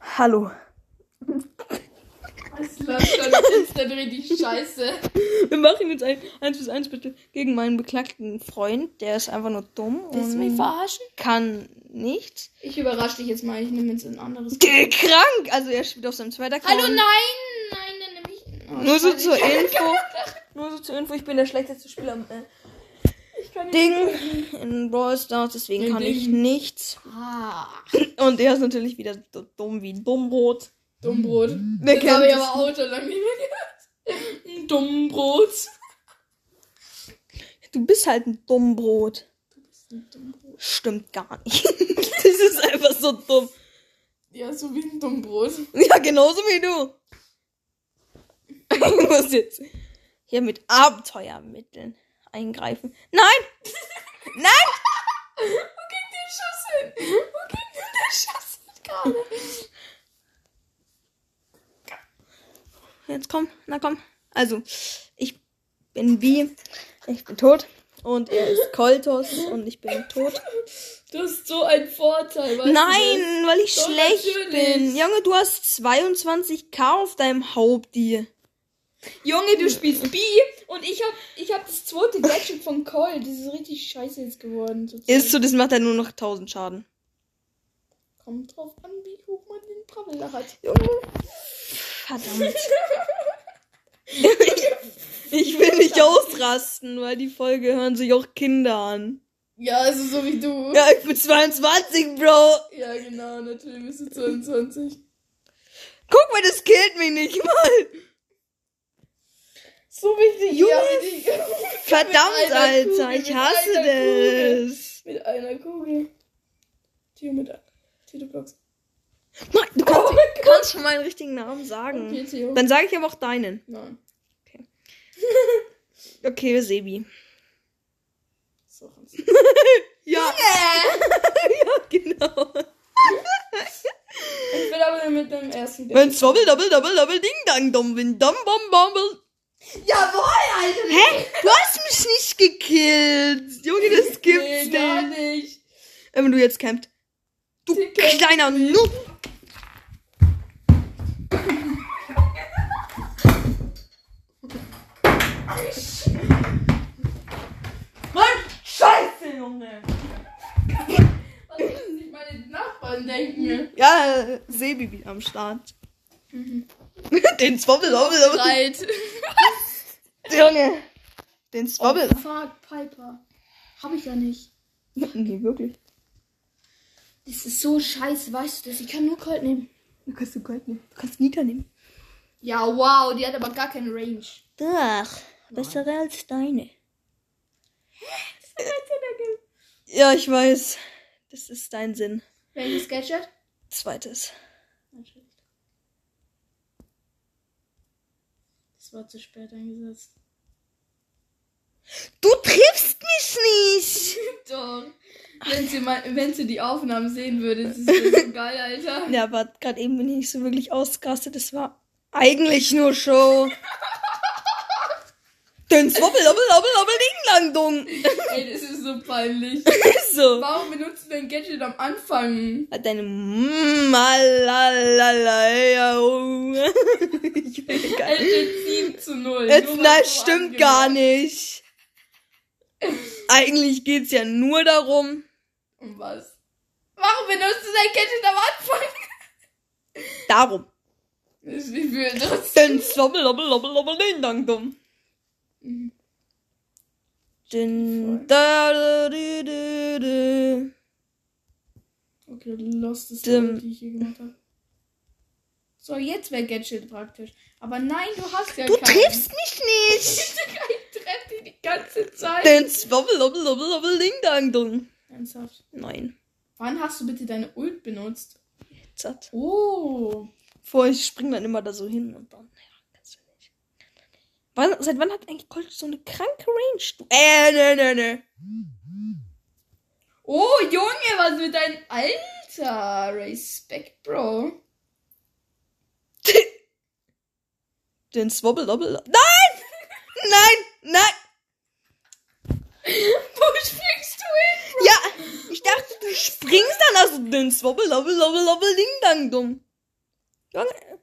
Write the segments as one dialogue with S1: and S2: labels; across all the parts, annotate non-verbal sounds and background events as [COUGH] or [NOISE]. S1: Hallo.
S2: Es läuft schon auf Instagram die Scheiße.
S1: Wir machen jetzt ein 1 bis 1 bitte gegen meinen beklagten Freund. Der ist einfach nur dumm
S2: Willst du mich
S1: und
S2: verarschen?
S1: kann nichts.
S2: Ich überrasche dich jetzt mal. Ich nehme jetzt ein anderes.
S1: Ge- Krank! Also er spielt auf seinem zweiten Account.
S2: Hallo, nein! Nein, dann nehme ich. Oh,
S1: Nur so
S2: scheiße,
S1: zur
S2: ich kann-
S1: Info.
S2: [LAUGHS]
S1: Nur so zur Info, ich bin der schlechteste Spieler im äh,
S2: Ich kann nicht.
S1: Ding in Brawl Stars, deswegen
S2: Im
S1: kann ich
S2: Ding.
S1: nichts.
S2: Ah,
S1: Und er ist natürlich wieder so dumm wie ein Dummbrot.
S2: Dummbrot.
S1: Wer
S2: das
S1: kennt
S2: habe ich
S1: das
S2: aber auch schon lange nicht mehr gehört. Ein Dummbrot.
S1: Du bist halt ein Dummbrot.
S2: Ein Dummbrot.
S1: Stimmt gar nicht. [LAUGHS] das ist einfach so dumm.
S2: Ja, so wie ein Dummbrot.
S1: [LAUGHS] Ja, genauso wie du. [LAUGHS] Ich muss jetzt hier mit Abenteuermitteln eingreifen. Nein!
S2: [LAUGHS] Wo ging der Schuss hin? Wo ging denn der Schuss hin gerade?
S1: Jetzt komm, na komm. Also, ich bin wie. Ich bin tot. Und er ist Koltos und ich bin tot.
S2: Du hast so einen Vorteil, weißt du das?
S1: Nein, weil ich
S2: Doch,
S1: schlecht
S2: natürlich.
S1: bin. Junge, du hast 22k auf deinem Haupt, die.
S2: Junge, du spielst B und ich hab, ich hab das zweite Gadget von Cole. Das ist richtig scheiße jetzt geworden. sozusagen.
S1: Ist so, das macht ja nur noch 1000 Schaden.
S2: Kommt drauf an, wie hoch man den Brabbler hat.
S1: Verdammt. [LAUGHS] ich, ich will nicht ausrasten, weil die Folge hören sich auch Kinder an.
S2: Ja, also so wie du.
S1: Ja, ich bin 22, Bro.
S2: Ja, genau, natürlich bist du 22.
S1: Guck mal, das killt mich nicht mal.
S2: So wichtig,
S1: Junge.
S2: ja, wie die-
S1: Verdammt,
S2: Mit einer Kugel,
S1: Alter. Ich
S2: mit
S1: hasse
S2: einer Kugel.
S1: das.
S2: Mit einer Kugel. Tio mit einer. Tio, du blockst.
S1: Nein, du kannst,
S2: Oh mein
S1: kannst schon meinen richtigen Namen sagen.
S2: Okay, Tio.
S1: Hm. Dann sage ich aber auch deinen.
S2: Nein.
S1: Okay, Sebi.
S2: So kannst du.
S1: Ja. [LAUGHS] ja, genau.
S2: Ich bin aber mit dem ersten
S1: Wenn Zwobbel, Doppel, Doppel, Doppel, Ding, Dang, Dom, Win, Dom, Bom, Bombel.
S2: Jawohl, Alter!
S1: Hä? Du hast mich nicht gekillt. Junge, das gibt's
S2: nee, gar
S1: nicht.
S2: nicht.
S1: Äh, Wenn du jetzt campt. Du
S2: Die campt
S1: kleiner Noob. Mann, scheiße, Junge.
S2: Was müssen sich meine Nachbarn denken?
S1: Ja, äh, Sebi wieder am Start. Mhm. [LAUGHS] Den Zwobbel, Doppel, Doppel.
S2: Leid.
S1: Junge. Oh. Den Zwobbel.
S2: [LAUGHS] Fuck, Piper. Hab ich ja nicht.
S1: Nee, wirklich.
S2: Das ist so scheiße, weißt du das? Ich kann nur Colt nehmen.
S1: Du kannst du Gold nehmen. Du kannst Nita nehmen.
S2: Ja, wow, die hat aber gar keine Range.
S1: Doch, bessere als deine. Ja, ich weiß. Das ist dein Sinn.
S2: Welches Gadget?
S1: Zweites.
S2: Natürlich. Das war zu spät eingesetzt.
S1: Du triffst mich
S2: Doch. Wenn sie, mal, wenn sie die Aufnahmen sehen würde, das ist das so geil, Alter.
S1: nicht! [LAUGHS] Ja, aber gerade eben bin ich nicht so wirklich ausgerastet. Das war eigentlich nur Show. [LAUGHS] Den Zwobbel, doppel, doppel, doppel, ding, lang, dung.
S2: Ey, das ist so peinlich.
S1: Ist so.
S2: Warum benutzt du dein Gadget am Anfang?
S1: Hat deine Malalala. [LAUGHS] Ich will gar
S2: Alter, 7 zu 0.
S1: Jetzt,
S2: Nur mal
S1: nein,
S2: so
S1: stimmt
S2: angemerkt.
S1: gar nicht. Eigentlich geht's ja nur darum.
S2: Und was? Warum benutzt du dein Gadget am Anfang?
S1: Darum.
S2: Das ist nicht für das.
S1: Den Zwobbel, doppel, doppel, doppel, den Dank dumm. Den da, da, di, di, di.
S2: Okay, lost ist
S1: Dim.
S2: die ich hier gemacht habe. So, jetzt wäre Gadget praktisch. Aber nein, du hast ja
S1: Du
S2: keinen.
S1: triffst mich nicht. [LAUGHS]
S2: Ich treff dich die ganze Zeit.
S1: Den Zwobbel, doppel, doppel, doppel, ding, dang, dumm.
S2: Ernsthaft.
S1: Nein.
S2: Wann hast du bitte deine Ult benutzt?
S1: Jetzt hat.
S2: Oh.
S1: Vorher ich spring dann immer da so hin und dann. Ja, kannst du nicht. Wann, seit wann hat eigentlich Colt so eine kranke Range? Du- Äh, ne, ne, ne.
S2: Oh, Junge, was mit deinem Alter? Respekt, Bro. [LAUGHS]
S1: Den Swobble Dobble. Nein! Nein! Nein!
S2: Wo springst du
S1: Ja! Ich dachte, du springst dann also den Swobble Dobble Dobble Dobble Ding Dang Dumm. Junge.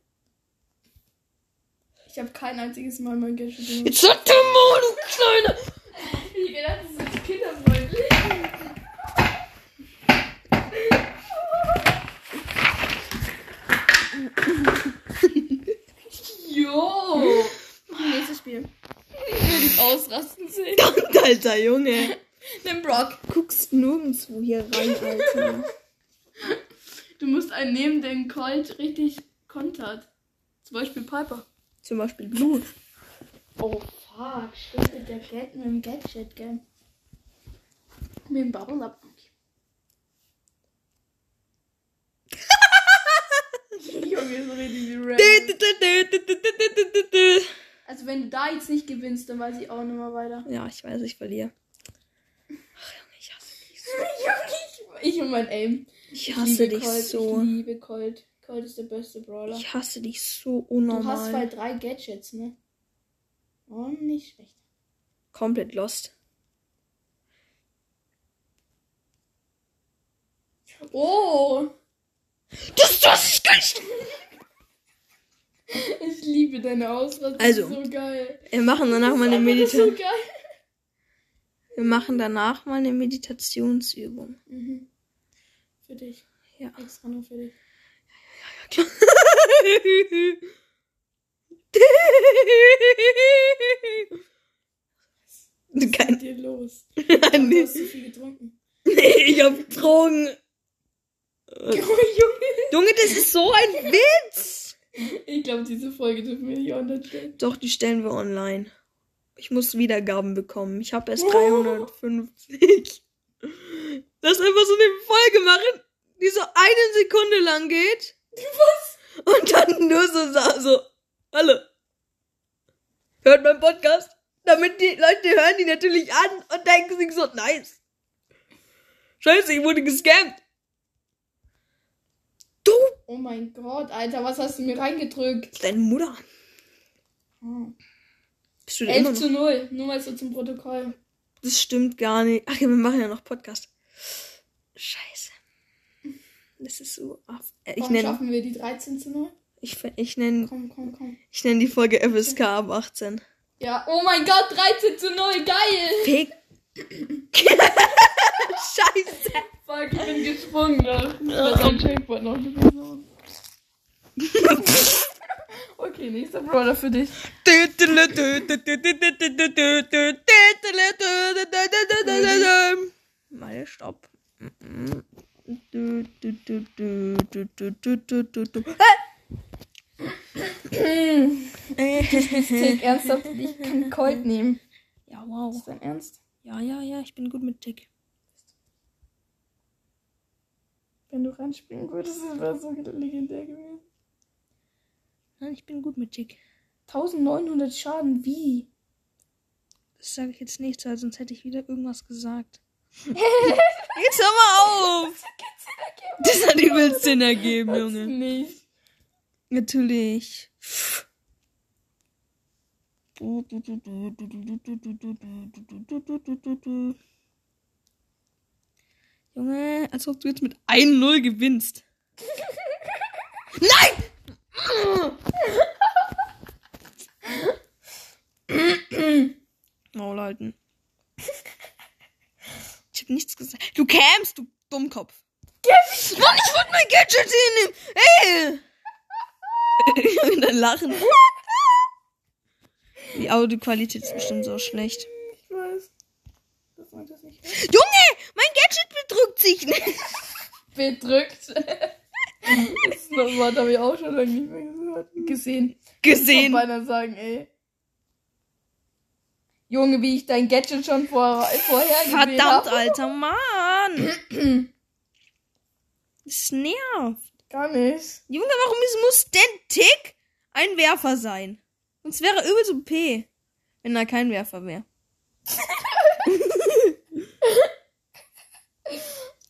S2: Ich habe kein einziges Mal mein Gadget benutzt.
S1: Jetzt sag der Mo, du Kleine.
S2: Ich gedacht, das sind Kinderbeutel. Jo!
S3: Nächstes Spiel. Ich will dich ausrasten sehen.
S1: Und alter Junge.
S2: Nimm Brock.
S1: Guckst nirgendwo hier rein, Alter.
S3: Du musst einen nehmen, der den Colt richtig kontert. Zum Beispiel Piper.
S1: Zum Beispiel Blue.
S2: Oh fuck, stimmt mit, der Gad mit dem Gadget, gell?
S3: Mit dem Bubble Up.
S2: [LAUGHS] Junge, so richtig wie Rap.
S3: Also wenn du da jetzt nicht gewinnst, dann weiß ich auch nicht mehr
S2: [LAUGHS]
S3: weiter.
S1: Ja, ich weiß, ich verliere. Ach, Junge, ich hasse dich so.
S2: Ich und mein Aim.
S1: Ich hasse dich
S2: Colt,
S1: so.
S2: Ich liebe Colt. Colt ist der beste Brawler.
S1: Ich hasse dich so
S2: du hast
S1: unnormal.
S2: bei drei Gadgets, ne? Oh, nicht schlecht.
S1: Komplett lost.
S2: Oh!
S1: Das, das ist geil.
S2: [LAUGHS] Ich liebe deine Ausrüstung.
S1: Also.
S2: So geil.
S1: Wir machen danach mal eine
S2: Aber das ist so
S1: Meditation.
S2: geil.
S1: Wir machen danach mal eine [LAUGHS] Meditationsübung.
S2: Mhm. Für dich.
S1: Ja.
S2: Extra nur für [LAUGHS] dich.
S1: Kein,
S2: Mit dir los.
S1: nein,
S2: Du
S1: nee.
S2: hast so viel getrunken. [LAUGHS]
S1: nee, ich hab Drogen.
S2: Oh, Junge.
S1: Junge, das ist so ein Witz.
S2: Ich glaube, diese Folge dürfen wir nicht online stellen.
S1: Doch, die stellen wir online. Ich muss Wiedergaben bekommen. Ich habe erst [LAUGHS] 350. Lass einfach so eine Folge machen, die so eine Sekunde lang geht. Was? Und dann nur so, sa- so, alle. Hört meinen Podcast. Damit die Leute hören die natürlich an und denken sich so, nice. Scheiße, ich wurde gescammt. Du,
S2: Oh mein Gott, Alter, was hast du mir reingedrückt?
S1: deine Mutter. Bist du da immer noch?
S2: 11 zu 0, nur mal so zum Protokoll.
S1: Das stimmt gar nicht. Ach ja, wir machen ja noch Podcast. Scheiße. Das ist so. af- Äh, Ich
S2: Komm,
S1: nenne
S2: schaffen wir die 13 zu 0?
S1: ich, ver- ich nenn,
S2: Komm, komm, komm.
S1: ich nenn die Folge FSK ab 18.
S2: Ja, oh mein Gott, 13 zu 0, geil!
S1: Pick. Scheiße.
S2: Fuck, ich bin gesprungen, ne? das wird ein Checkpoint [LAUGHS] noch gewesen. okay, nächster Brawler für dich.
S1: Mal stopp.
S2: [LAUGHS] Tick, Hm. ernsthaft, ich kann Colt nehmen.
S1: Ja, wow.
S2: Ist dein Ernst?
S1: Ja, ja, ja, ich bin gut mit Tick.
S2: Wenn du reinspringen würdest, das wäre so legendär gewesen.
S1: Nein, ich bin gut mit Tick.
S2: 1900 Schaden, wie?
S1: Das sage ich jetzt nicht, weil sonst hätte ich wieder irgendwas [LAUGHS] gesagt. jetzt hör mal auf! Das hat übel Sinn ergeben, Junge.
S2: Nicht.
S1: Natürlich. Junge, als ob du jetzt mit 1-0 gewinnst. Nein! Maul halten. Ich hab nichts gesagt. Du camst, du Dummkopf. Mann, ich wollte mein Gadget [LAUGHS] hinnehmen. Ey! Und dann lachen. Die Audioqualität ist bestimmt so schlecht.
S2: Ich weiß. Das man das nicht hören.
S1: Junge, mein Gadget bedrückt sich. [LAUGHS] nicht.
S2: Bedrückt. das ist ein Wort, habe ich auch schon lange nicht mehr gehört. Gesehen. Ich
S1: Gesehen.
S2: wollte beinahe sagen, ey. Junge, wie ich dein Gadget schon vor, vorher gesehen
S1: Verdammt,
S2: habe.
S1: alter Mann. Das nervt.
S2: Gar nicht.
S1: Junge, warum es muss denn Tick ein Werfer sein? Sonst wäre er übel so P, wenn da kein Werfer wäre.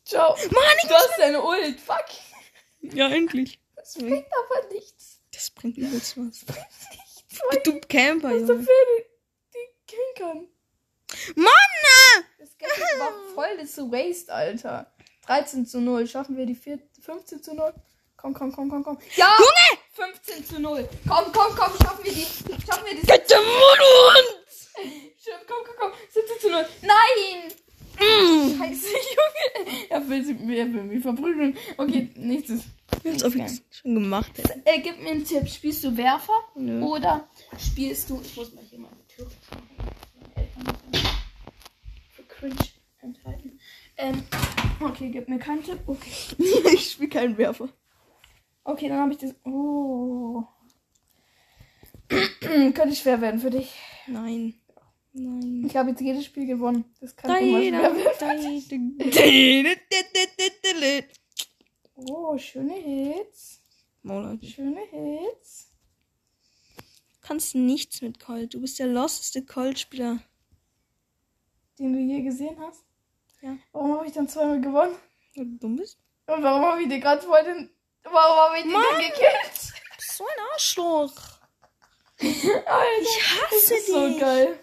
S2: Ciao.
S1: Mann,
S2: Du hast deine Ult. Fuck.
S1: ich... Ja, endlich.
S2: Das bringt aber nichts.
S1: Das bringt übelst was. Du Camper,
S2: So
S1: Junge.
S2: viel, die, die killen kann.
S1: Mann! ne?
S2: Das Gadget war voll das Waste, Alter. 13 zu 0. Schaffen wir die vier, 15 zu 0? Komm, komm, komm, komm, komm. Ja! Junge! 15 zu 0. Komm, komm, komm, schaffen wir die. Schaffen wir die.
S1: Bitte Mund!
S2: Stimmt, komm, komm, komm. 17 zu 0. Nein! Scheiße, [LAUGHS] Junge.
S3: Er will, sie, er will mich verprügeln. Okay, nächstes.
S1: Wir haben es schon gemacht. Ey.
S2: Äh, gib mir einen Tipp. Spielst du Werfer?
S1: Nö.
S2: Oder spielst du. Ich muss mal hier meine Tür aufmachen. Meine Eltern müssen Für cringe enthalten. Ähm, okay, gib mir keinen Tipp. Okay.
S1: [LAUGHS] ich spiele keinen Werfer.
S2: Okay, dann habe ich das. Oh. [CLEARS THROAT] Könnte schwer werden für dich.
S1: Nein. Nein.
S2: Ich habe jetzt jedes Spiel gewonnen. Das kann immer schwer werden.
S1: [LAUGHS] Deine.
S2: Oh, schöne Hits.
S1: Mona,
S2: Schöne Hits.
S1: Du kannst nichts mit Colt. Du bist der losteste Colt-Spieler.
S2: Den du je gesehen hast.
S1: Ja.
S2: Warum habe ich dann zweimal gewonnen?
S1: Weil du dumm bist.
S2: Und warum habe ich dir gerade vorhin. Warum habe ich dich dann gekillt?
S1: Du bist so ein Arschloch.
S2: Alter,
S1: Ich
S2: das
S1: hasse
S2: ist so
S1: dich.
S2: geil.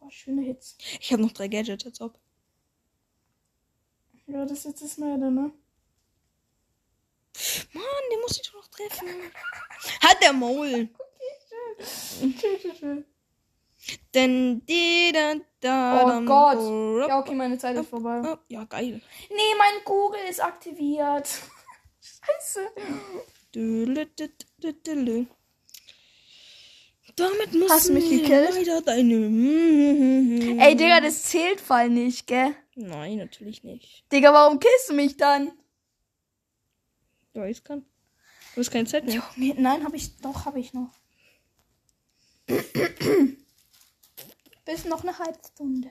S2: Oh, schöne Hits.
S1: Ich habe noch drei Gadgets, als ob.
S2: Ja, das ist jetzt das Neue, ne?
S1: Mann, den muss ich doch noch
S2: [LAUGHS]
S1: treffen. Hat der Maul.
S2: Schön, schön, schön.
S1: Denn die da da.
S2: Oh
S1: dam,
S2: Gott.
S1: borup.
S2: Ja, okay, meine Zeit ist vorbei.
S1: Oh, ja, geil.
S2: Nee, mein Google ist aktiviert. [LAUGHS] Scheiße.
S1: Dülü, dü, dü, dülü. Damit musst
S2: Hast
S1: du
S2: du mich gekillt?
S1: leider deine.
S2: Ey, Digga, das zählt voll nicht, gell?
S1: Nein, natürlich nicht.
S2: Digga, warum killst du mich dann?
S1: Ja, ich kann. Du hast keine Zeit mehr.
S2: Junge, nein, hab ich. Doch, hab ich noch. [CLEARS THROAT] Bis noch eine halbe Stunde.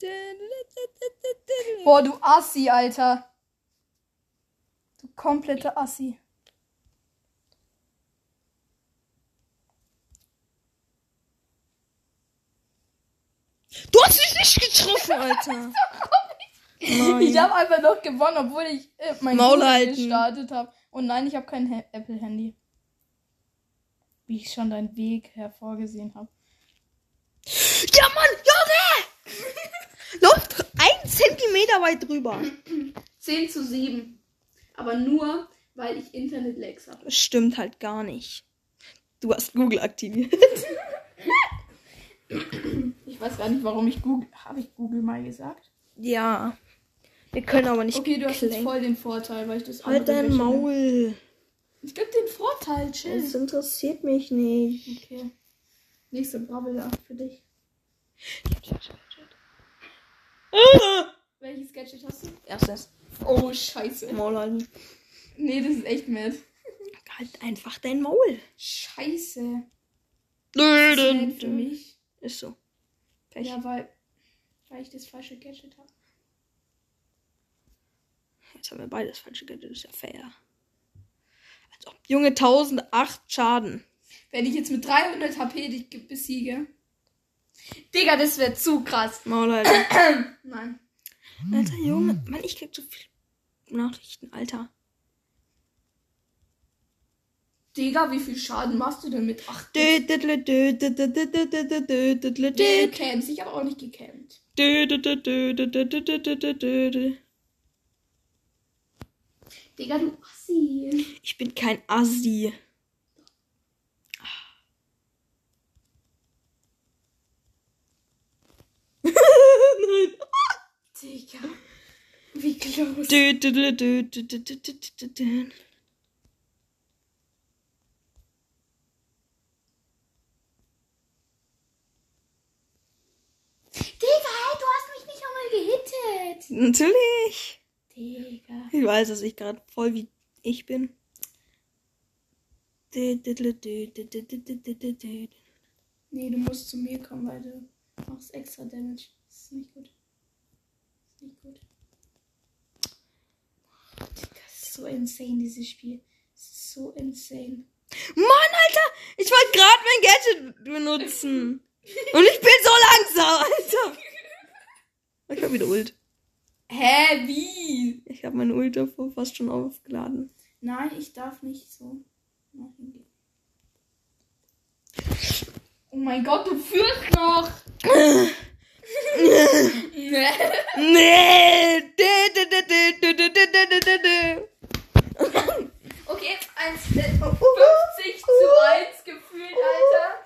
S1: Dü, dü, dü, dü, dü, dü.
S2: Boah, du Assi, Alter. Du komplette Assi.
S1: Du hast mich nicht getroffen, [LAUGHS] Alter.
S2: Ich
S1: Nein.
S2: habe einfach noch gewonnen, obwohl ich äh, mein
S1: Oh, Maul
S2: Google
S1: halten.
S2: gestartet habe. Und nein, ich habe kein Ha- Apple-Handy. Wie ich schon deinen Weg hervorgesehen habe.
S1: Ja, Mann, Junge! Läuft ein Zentimeter weit drüber.
S3: 10 zu 7. Aber nur, weil ich Internet-Lags habe.
S1: Das stimmt halt gar nicht. Du hast Google aktiviert.
S2: Ich weiß gar nicht, warum ich Google. Habe ich Google mal gesagt?
S1: Ja. Wir können aber nicht.
S3: Okay, du hast jetzt
S1: claimen.
S3: voll den Vorteil, weil ich das
S1: Halt
S3: andere
S1: dein
S3: Wäsche-
S1: Maul. Also-
S3: Ich geb den Vorteil, chill.
S1: Das interessiert mich nicht.
S3: Okay. Nächste Bubble für dich. Welches Gadget hast du?
S1: Erstes.
S3: Oh, scheiße.
S1: Maul halten.
S3: Nee, das ist echt mad.
S1: Halt einfach dein Maul.
S3: Scheiße. Das ist mad für
S1: Ist
S3: mich.
S1: so. Pech.
S3: Ja, weil, weil ich das falsche Gadget habe.
S1: Jetzt haben wir beides falsche Gadget. Ist ja fair. Als ob. Junge, 1008 Schaden.
S3: Wenn ich jetzt mit 300 HP dich ge- besiege.
S2: Digga, das wäre zu krass.
S1: Maul halten.
S3: Nein.
S1: Alter, Junge. Mann, ich krieg so viele Nachrichten. Alter.
S3: Digga, wie viel Schaden machst du denn mit 8?
S1: Dö, dö, dö, dö, dö, dö, dö, dö, dö, dö, dö, dö, dö.
S3: Nee, du campst. Ich habe auch nicht gecampt.
S1: Dö, dö, dö, dö, dö, dö, dö, dö, dö, dö, dö.
S3: Digga, du Assi.
S1: Ich bin kein Assi. [LAUGHS] Nein.
S3: Digga. Wie close.
S1: Dö, dö, dö, dö, dö, dö, dö, dö, dö, dö.
S3: Digga, hey, du hast mich nicht einmal gehittet.
S1: Natürlich.
S3: Digga.
S1: Ich weiß, dass ich gerade voll wie ich bin. Dö, dö, dö, dö, dö, dö, dö, dö, dö, dö.
S3: Nee, du musst zu mir kommen, weil du machst extra Damage. Das ist nicht gut. Das ist nicht gut. Digga, das ist so insane, dieses Spiel. Das ist so insane.
S1: Mann, Alter! Ich wollte gerade mein Gadget benutzen. Und ich bin so langsam, Alter! Ich hab wieder Ult.
S3: Hä, wie?
S1: Ich habe meine Ult davor fast schon aufgeladen.
S3: Nein, ich darf nicht so machen. [LAUGHS] Oh mein Gott, du führst noch!
S2: Nee.
S1: Nee! Dä, dä, dä, dä, dä, dä, dä, dä, dä, dä, dä.
S2: [LAUGHS] Okay, 1, äh, 50 zu 1 gefühlt, Alter.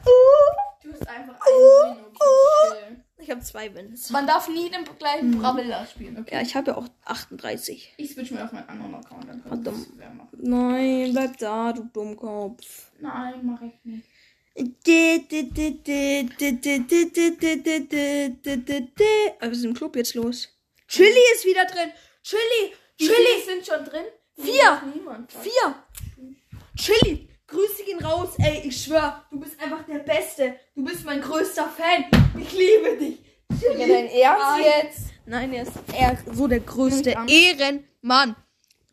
S2: Du hast einfach einen Win, okay, chill.
S1: Ich habe zwei Wins.
S2: Man darf nie den gleichen Bravilla spielen, Mhm. okay?
S1: Ja, ich habe ja auch 38.
S2: Ich switch mir auf meinen anderen Account, dann kann ich
S1: Verdammt.
S2: das wer machen.
S1: Nein, bleib da, du Dummkopf.
S2: Nein, mach ich nicht.
S1: Dä, dä, dä, dä, dä, dä, dä, dä, dä, dä, dä, dä, dä, dä. Ah, Was ist im Club jetzt los? Chili ist wieder drin. Chili,
S2: Wie
S1: Chili,
S2: viele sind schon drin?
S1: Vier.
S2: Niemand.
S1: vier. Chili, grüß dich ihn raus, ey. Ich schwör, du bist einfach der Beste. Du bist mein größter Fan. Ich liebe dich.
S2: Ja, dein Ernst
S1: Nein.
S2: jetzt?
S1: Nein, er ist er, so der größte
S2: Nimm
S1: Ehrenmann.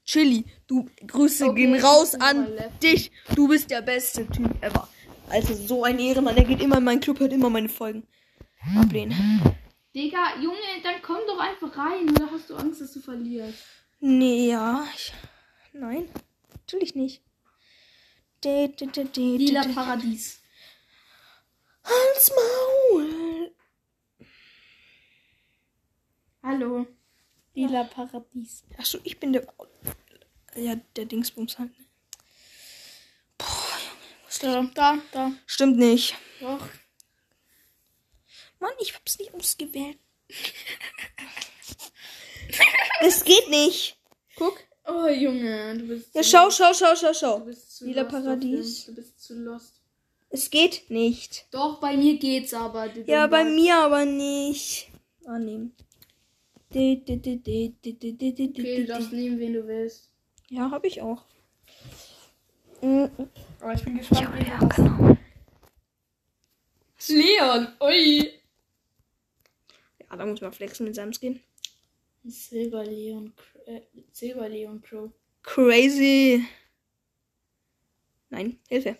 S1: Chili, du Grüße
S2: Okay,
S1: gehen
S2: ich
S1: raus
S2: muss
S1: an
S2: mal left.
S1: dich. Du bist der beste Typ ever. Also so ein Ehrenmann, der geht immer in meinen Club, hört immer meine Folgen. Ablehnen.
S2: Digga, Junge, dann komm doch einfach rein. Oder hast du Angst, dass du verlierst?
S1: Nee, ja. Ich, nein, natürlich nicht. De, de, de, de, de,
S2: Lila
S1: de.
S2: Paradies.
S1: Hans Maul.
S2: Hallo. Lila Paradies.
S1: Achso, ich bin der. Ja, der Dingsbums halt.
S2: Da, da, da.
S1: Stimmt nicht.
S2: Doch.
S1: Mann, ich hab's nicht ausgewählt. [LAUGHS] das geht nicht. Guck.
S2: Oh, Junge, du bist.
S1: Ja,
S2: zu
S1: schau,
S2: lost.
S1: schau, schau, schau,
S2: Du
S1: schau.
S2: bist zu
S1: Lila
S2: lost auf
S1: Paradies.
S2: dem- Du bist zu lost.
S1: Es geht nicht.
S2: Doch, bei mir geht's aber. du
S1: Ja,
S2: Dummheit.
S1: bei mir aber nicht. Annehmen. Di, di, di, di, di, di, di, di,
S2: Okay,
S1: di,
S2: du darfst
S1: di.
S2: nehmen, wen du willst.
S1: Ja, hab ich auch. Mm,
S3: Aber ich bin gespannt. wie du das-
S2: Leon, ui.
S1: Ja, da muss man flexen mit seinem Skin.
S2: Silber Leon, Cro- äh, Silber Leon Pro.
S1: Crazy. Nein, Hilfe.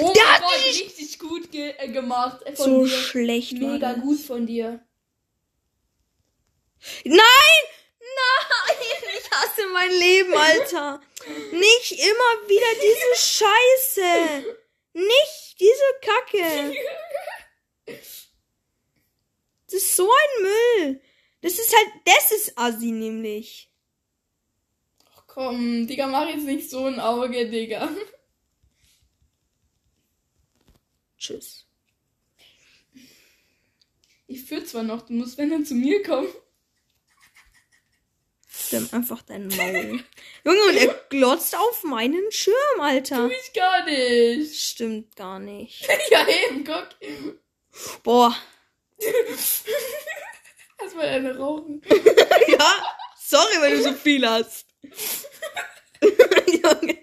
S2: Oh
S1: Der
S2: mein
S1: hat
S2: Gott, richtig gut ge äh, gemacht äh,
S1: So
S2: von dir.
S1: schlecht war
S2: Mega
S1: das.
S2: gut von dir.
S1: Nein! Nein! [LAUGHS] Ich hasse mein Leben, Alter. Nicht immer wieder diese Scheiße. Nicht diese Kacke. Das ist so ein Müll. Das ist halt, das ist Assi nämlich.
S2: Ach komm, Digga, mach jetzt nicht so ein Auge, Digga.
S1: Tschüss.
S2: Ich führe zwar noch, du musst, wenn dann zu mir [LAUGHS] kommen.
S1: Stimm einfach dein Maul. Junge, und er glotzt auf meinen Schirm, Alter.
S2: Ich gar nicht. [LAUGHS]
S1: Stimmt gar nicht.
S2: Ja, eben, guck.
S1: Boah.
S2: Erstmal eine rauchen. [LAUGHS]
S1: Ja, sorry, wenn du so viel hast. [LAUGHS] Junge.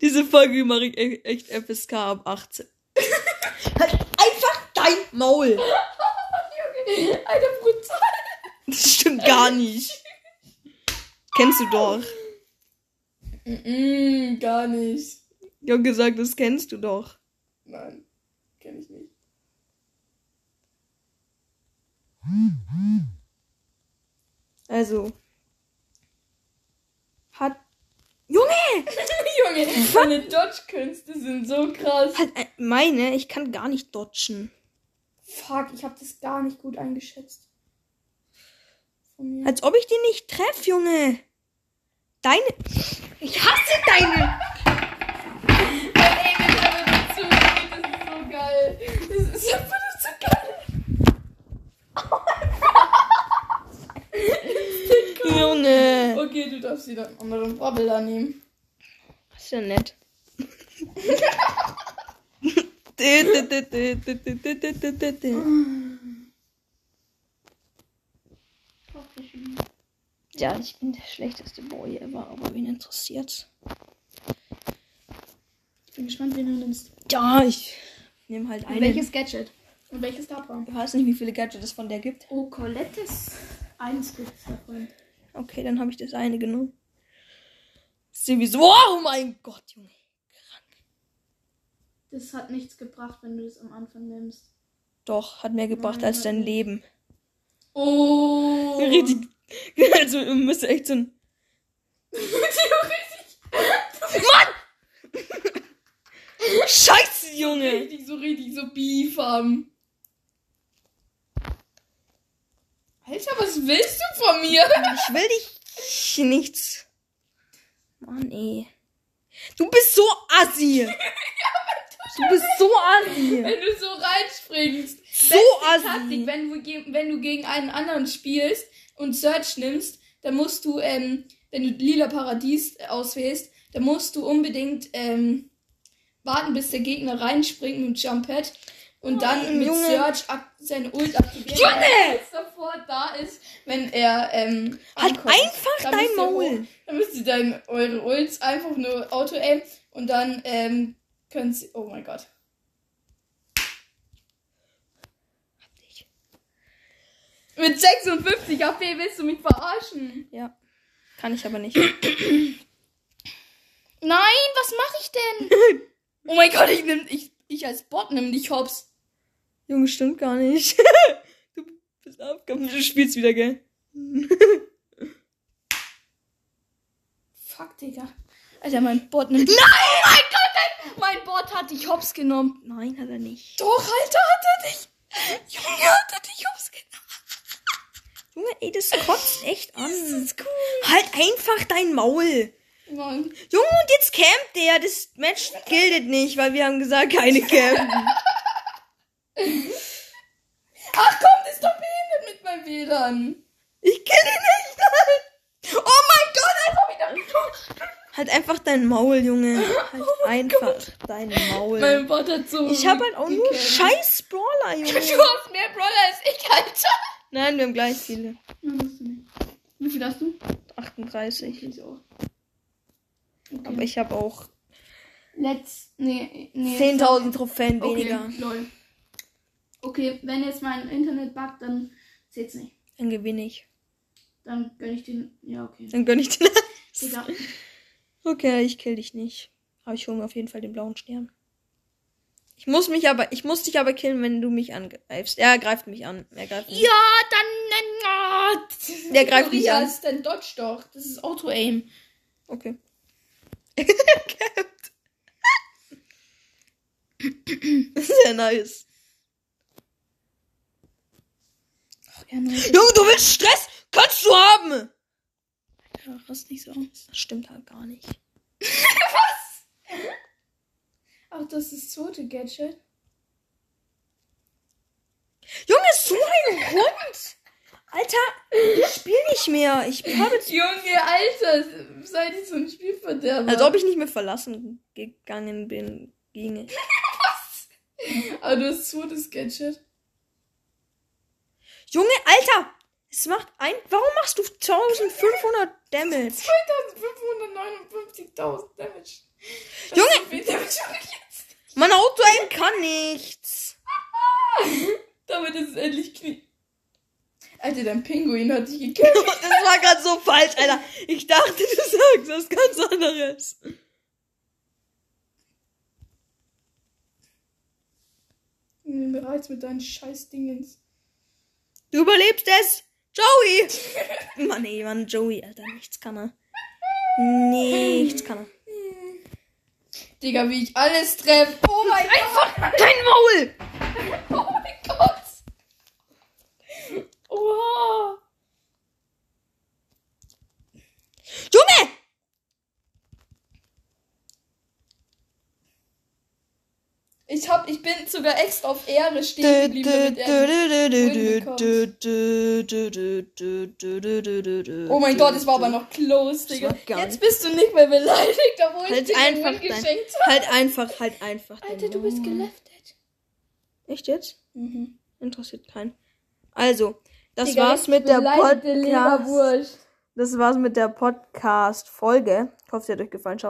S1: Diese Folge mache ich e- echt FSK ab 18. Halt einfach dein Maul.
S2: Alter, brutal.
S1: Das stimmt gar nicht. Kennst du doch.
S2: Mm, gar nicht.
S1: Ich hab gesagt, das kennst du doch.
S2: Nein, kenn ich nicht.
S1: Also. Hat. Junge!
S2: [LAUGHS] Junge, deine Dodge-Künste sind so krass.
S1: Halt, äh, meine, ich kann gar nicht dodgen.
S2: Fuck, ich hab das gar nicht gut eingeschätzt. Von mir.
S1: Als ob ich den nicht treff, Junge. Deine. Ich hasse deine.
S2: Ey, das ist aber so gut, das ist so geil. Das ist einfach nur so geil.
S1: Junge.
S2: Okay, du darfst wieder einen anderen Brabbler nehmen.
S1: Das ist ja nett. Dü, dü, dü, dü, dü, dü, dü, dü, dü, dü, dü. Ja, ich bin der schlechteste Boy ever, aber wen interessiert's?
S2: Ich bin gespannt, wen du nimmst.
S1: Ja, ich nehme halt einen.
S2: Welches Gadget? Und welches Star
S1: Ich weiß nicht, wie viele Gadgets es von der gibt.
S2: Oh, Colettes. Eins gibt's davon.
S1: Okay, dann habe ich das eine genommen. Ist sowieso. Oh mein Gott, Junge.
S2: Das hat nichts gebracht, wenn du das am Anfang nimmst.
S1: Doch, hat mehr gebracht
S2: Nein,
S1: als
S2: hat
S1: dein
S2: nicht.
S1: Leben. [LAUGHS]
S2: [LAUGHS] Oh.
S1: Richtig. Also, ihr müsst echt so ein.
S2: Theoretisch.
S1: Mann! Scheiße, Junge!
S2: Richtig, so richtig, so Beef haben. Alter, was willst du von mir? [LAUGHS]
S1: Ich will dich nichts.
S2: Mann, ey.
S1: Du bist so [LAUGHS] assi. Du bist so [LAUGHS] assi.
S2: Wenn du so reinspringst.
S1: So assi.
S2: Taktik, wenn du, ge- wenn du gegen einen anderen spielst und Search nimmst, dann musst du, ähm, wenn du lila Paradies auswählst, dann musst du unbedingt ähm, warten, bis der Gegner reinspringt mit dem Jump Pad und dann
S1: Oh,
S2: mit
S1: Junge.
S2: Search ak- seine Ult aktivieren.
S1: Junge!
S2: Dass er Sofort da ist, wenn er ähm,
S1: Halt
S2: ankommt.
S1: einfach
S2: Da
S1: dein
S2: müsst ihr hoch.
S1: Maul.
S2: Dann müsst ihr dann eure Ults einfach nur Auto-Aim und dann ähm, könnt ihr. Oh mein Gott. Mit 56 HP willst du mich verarschen?
S1: Ja. Kann ich aber [LAUGHS] nicht.
S2: Nein, was mache ich denn? [LAUGHS] oh mein Gott, ich, nehm, ich, ich als Bot nimm dich hops.
S1: Junge, stimmt gar [LAUGHS] nicht. Du bist abgekommen. Du spielst wieder, gell?
S2: Fuck, Digga. Alter, mein Bot nimmt. Nein, oh mein Gott, nein! mein Bot hat dich hops genommen.
S1: Nein, hat er nicht.
S2: Doch, Alter, hat er dich. Junge, hat er dich hops genommen.
S1: Junge, ey, das kotzt echt an. Das ist cool. Halt einfach dein Maul.
S2: Nein.
S1: Junge, und jetzt campt der. Das Match gildet nicht, weil wir haben gesagt, [LAUGHS] keine campen.
S2: Ach komm, das ist doch behindert mit meinem WLAN.
S1: Ich kenne nicht. Nein. Oh mein Gott,
S2: Einfach wieder.
S1: Halt einfach dein Maul,
S2: [LAUGHS]
S1: Junge. Halt einfach dein Maul.
S2: Oh Mein Bot hat so.
S1: ich habe halt auch nur
S2: gekämpft.
S1: scheiß
S2: [LAUGHS]
S1: Brawler,
S2: Du
S1: Junge.
S2: hast mehr Brawler als ich, Alter.
S1: Nein, wir haben gleich viele.
S2: Nein, hast du nicht. Wie viel hast du?
S1: 38.
S2: Ich auch. Okay.
S1: Aber ich habe auch
S2: Let's. Nee, nee.
S1: 10.000 Trophäen
S2: okay,
S1: weniger.
S2: Lol. Okay, wenn jetzt mein Internet buggt, dann zählt's nicht.
S1: Dann gewinne ich.
S2: Dann gönn ich den. Ja, okay.
S1: Dann gönne ich den. [LAUGHS]
S2: Digga.
S1: Okay, ich kill dich nicht. Aber ich hole mir auf jeden Fall den blauen Stern. Ich muss mich aber, ich muss dich aber killen, wenn du mich angreifst. Er greift mich an. Er greift mich.
S2: Ja, dann. Na,
S1: Der greift mich an.
S2: dann dodge doch. Das ist Auto-Aim.
S1: Okay. [LAUGHS] Sehr nice.
S2: Ach, ja, nein.
S1: Junge, du willst Stress? Kannst du haben!
S2: Ja, rast nicht so aus.
S1: Das stimmt halt gar nicht.
S2: Ach, das ist das zweite Gadget.
S1: Junge, so ein Hund! Alter, ich spiel nicht mehr. Ich habe jetzt.
S2: Junge, Alter, seid ihr so ein Spielverderber.
S1: Als ob ich nicht mehr verlassen gegangen bin. Ginge.
S2: Aber du hast so das Gadget.
S1: Junge, Alter! Es macht ein. Warum machst du 1500 Damage?
S2: 559.000 Damage. Das
S1: Junge!
S2: ist so viel Damage hab ich jetzt.
S1: Mein Auto-Aim kann nichts.
S2: Damit ist es endlich Knie. Alter, dein Pinguin hat dich [LAUGHS] gekillt.
S1: Das war gerade so falsch, Alter. Ich dachte, du sagst was ganz anderes.
S2: Bin bereits mit deinen scheiß Dingens.
S1: Du überlebst es! Joey! [LAUGHS] Mann, ey, Mann, Joey, Alter, nichts kann er. Nichts kann er.
S2: Digga, wie ich alles treffe. Oh mein Gott.
S1: Dein Maul!
S2: Oh mein Gott. Oha.
S1: Junge!
S2: Ich hab, ich bin sogar extra auf Ehre stehen geblieben, damit er Oh
S1: Oh
S2: mein Gott, es war aber noch close,
S1: Das
S2: Digga.
S1: war gar
S2: Jetzt
S1: nicht-
S2: bist du nicht mehr beleidigt, obwohl ich
S1: Halt
S2: dir den
S1: einfach
S2: Mund
S1: dein-
S2: geschenkt
S1: Halt einfach, halt einfach.
S2: habe.
S1: dein
S2: Alter, du bist
S1: Maul.
S2: geleftet.
S1: Echt jetzt?
S2: Mhm.
S1: Interessiert keinen. Also, das
S2: Digga,
S1: war's
S2: jetzt
S1: mit der
S2: beleidigte
S1: Podcast.
S2: Leberwurst.
S1: Das war's mit der Podcast-Folge. Ich hoffe, sie hat euch gefallen. Ciao.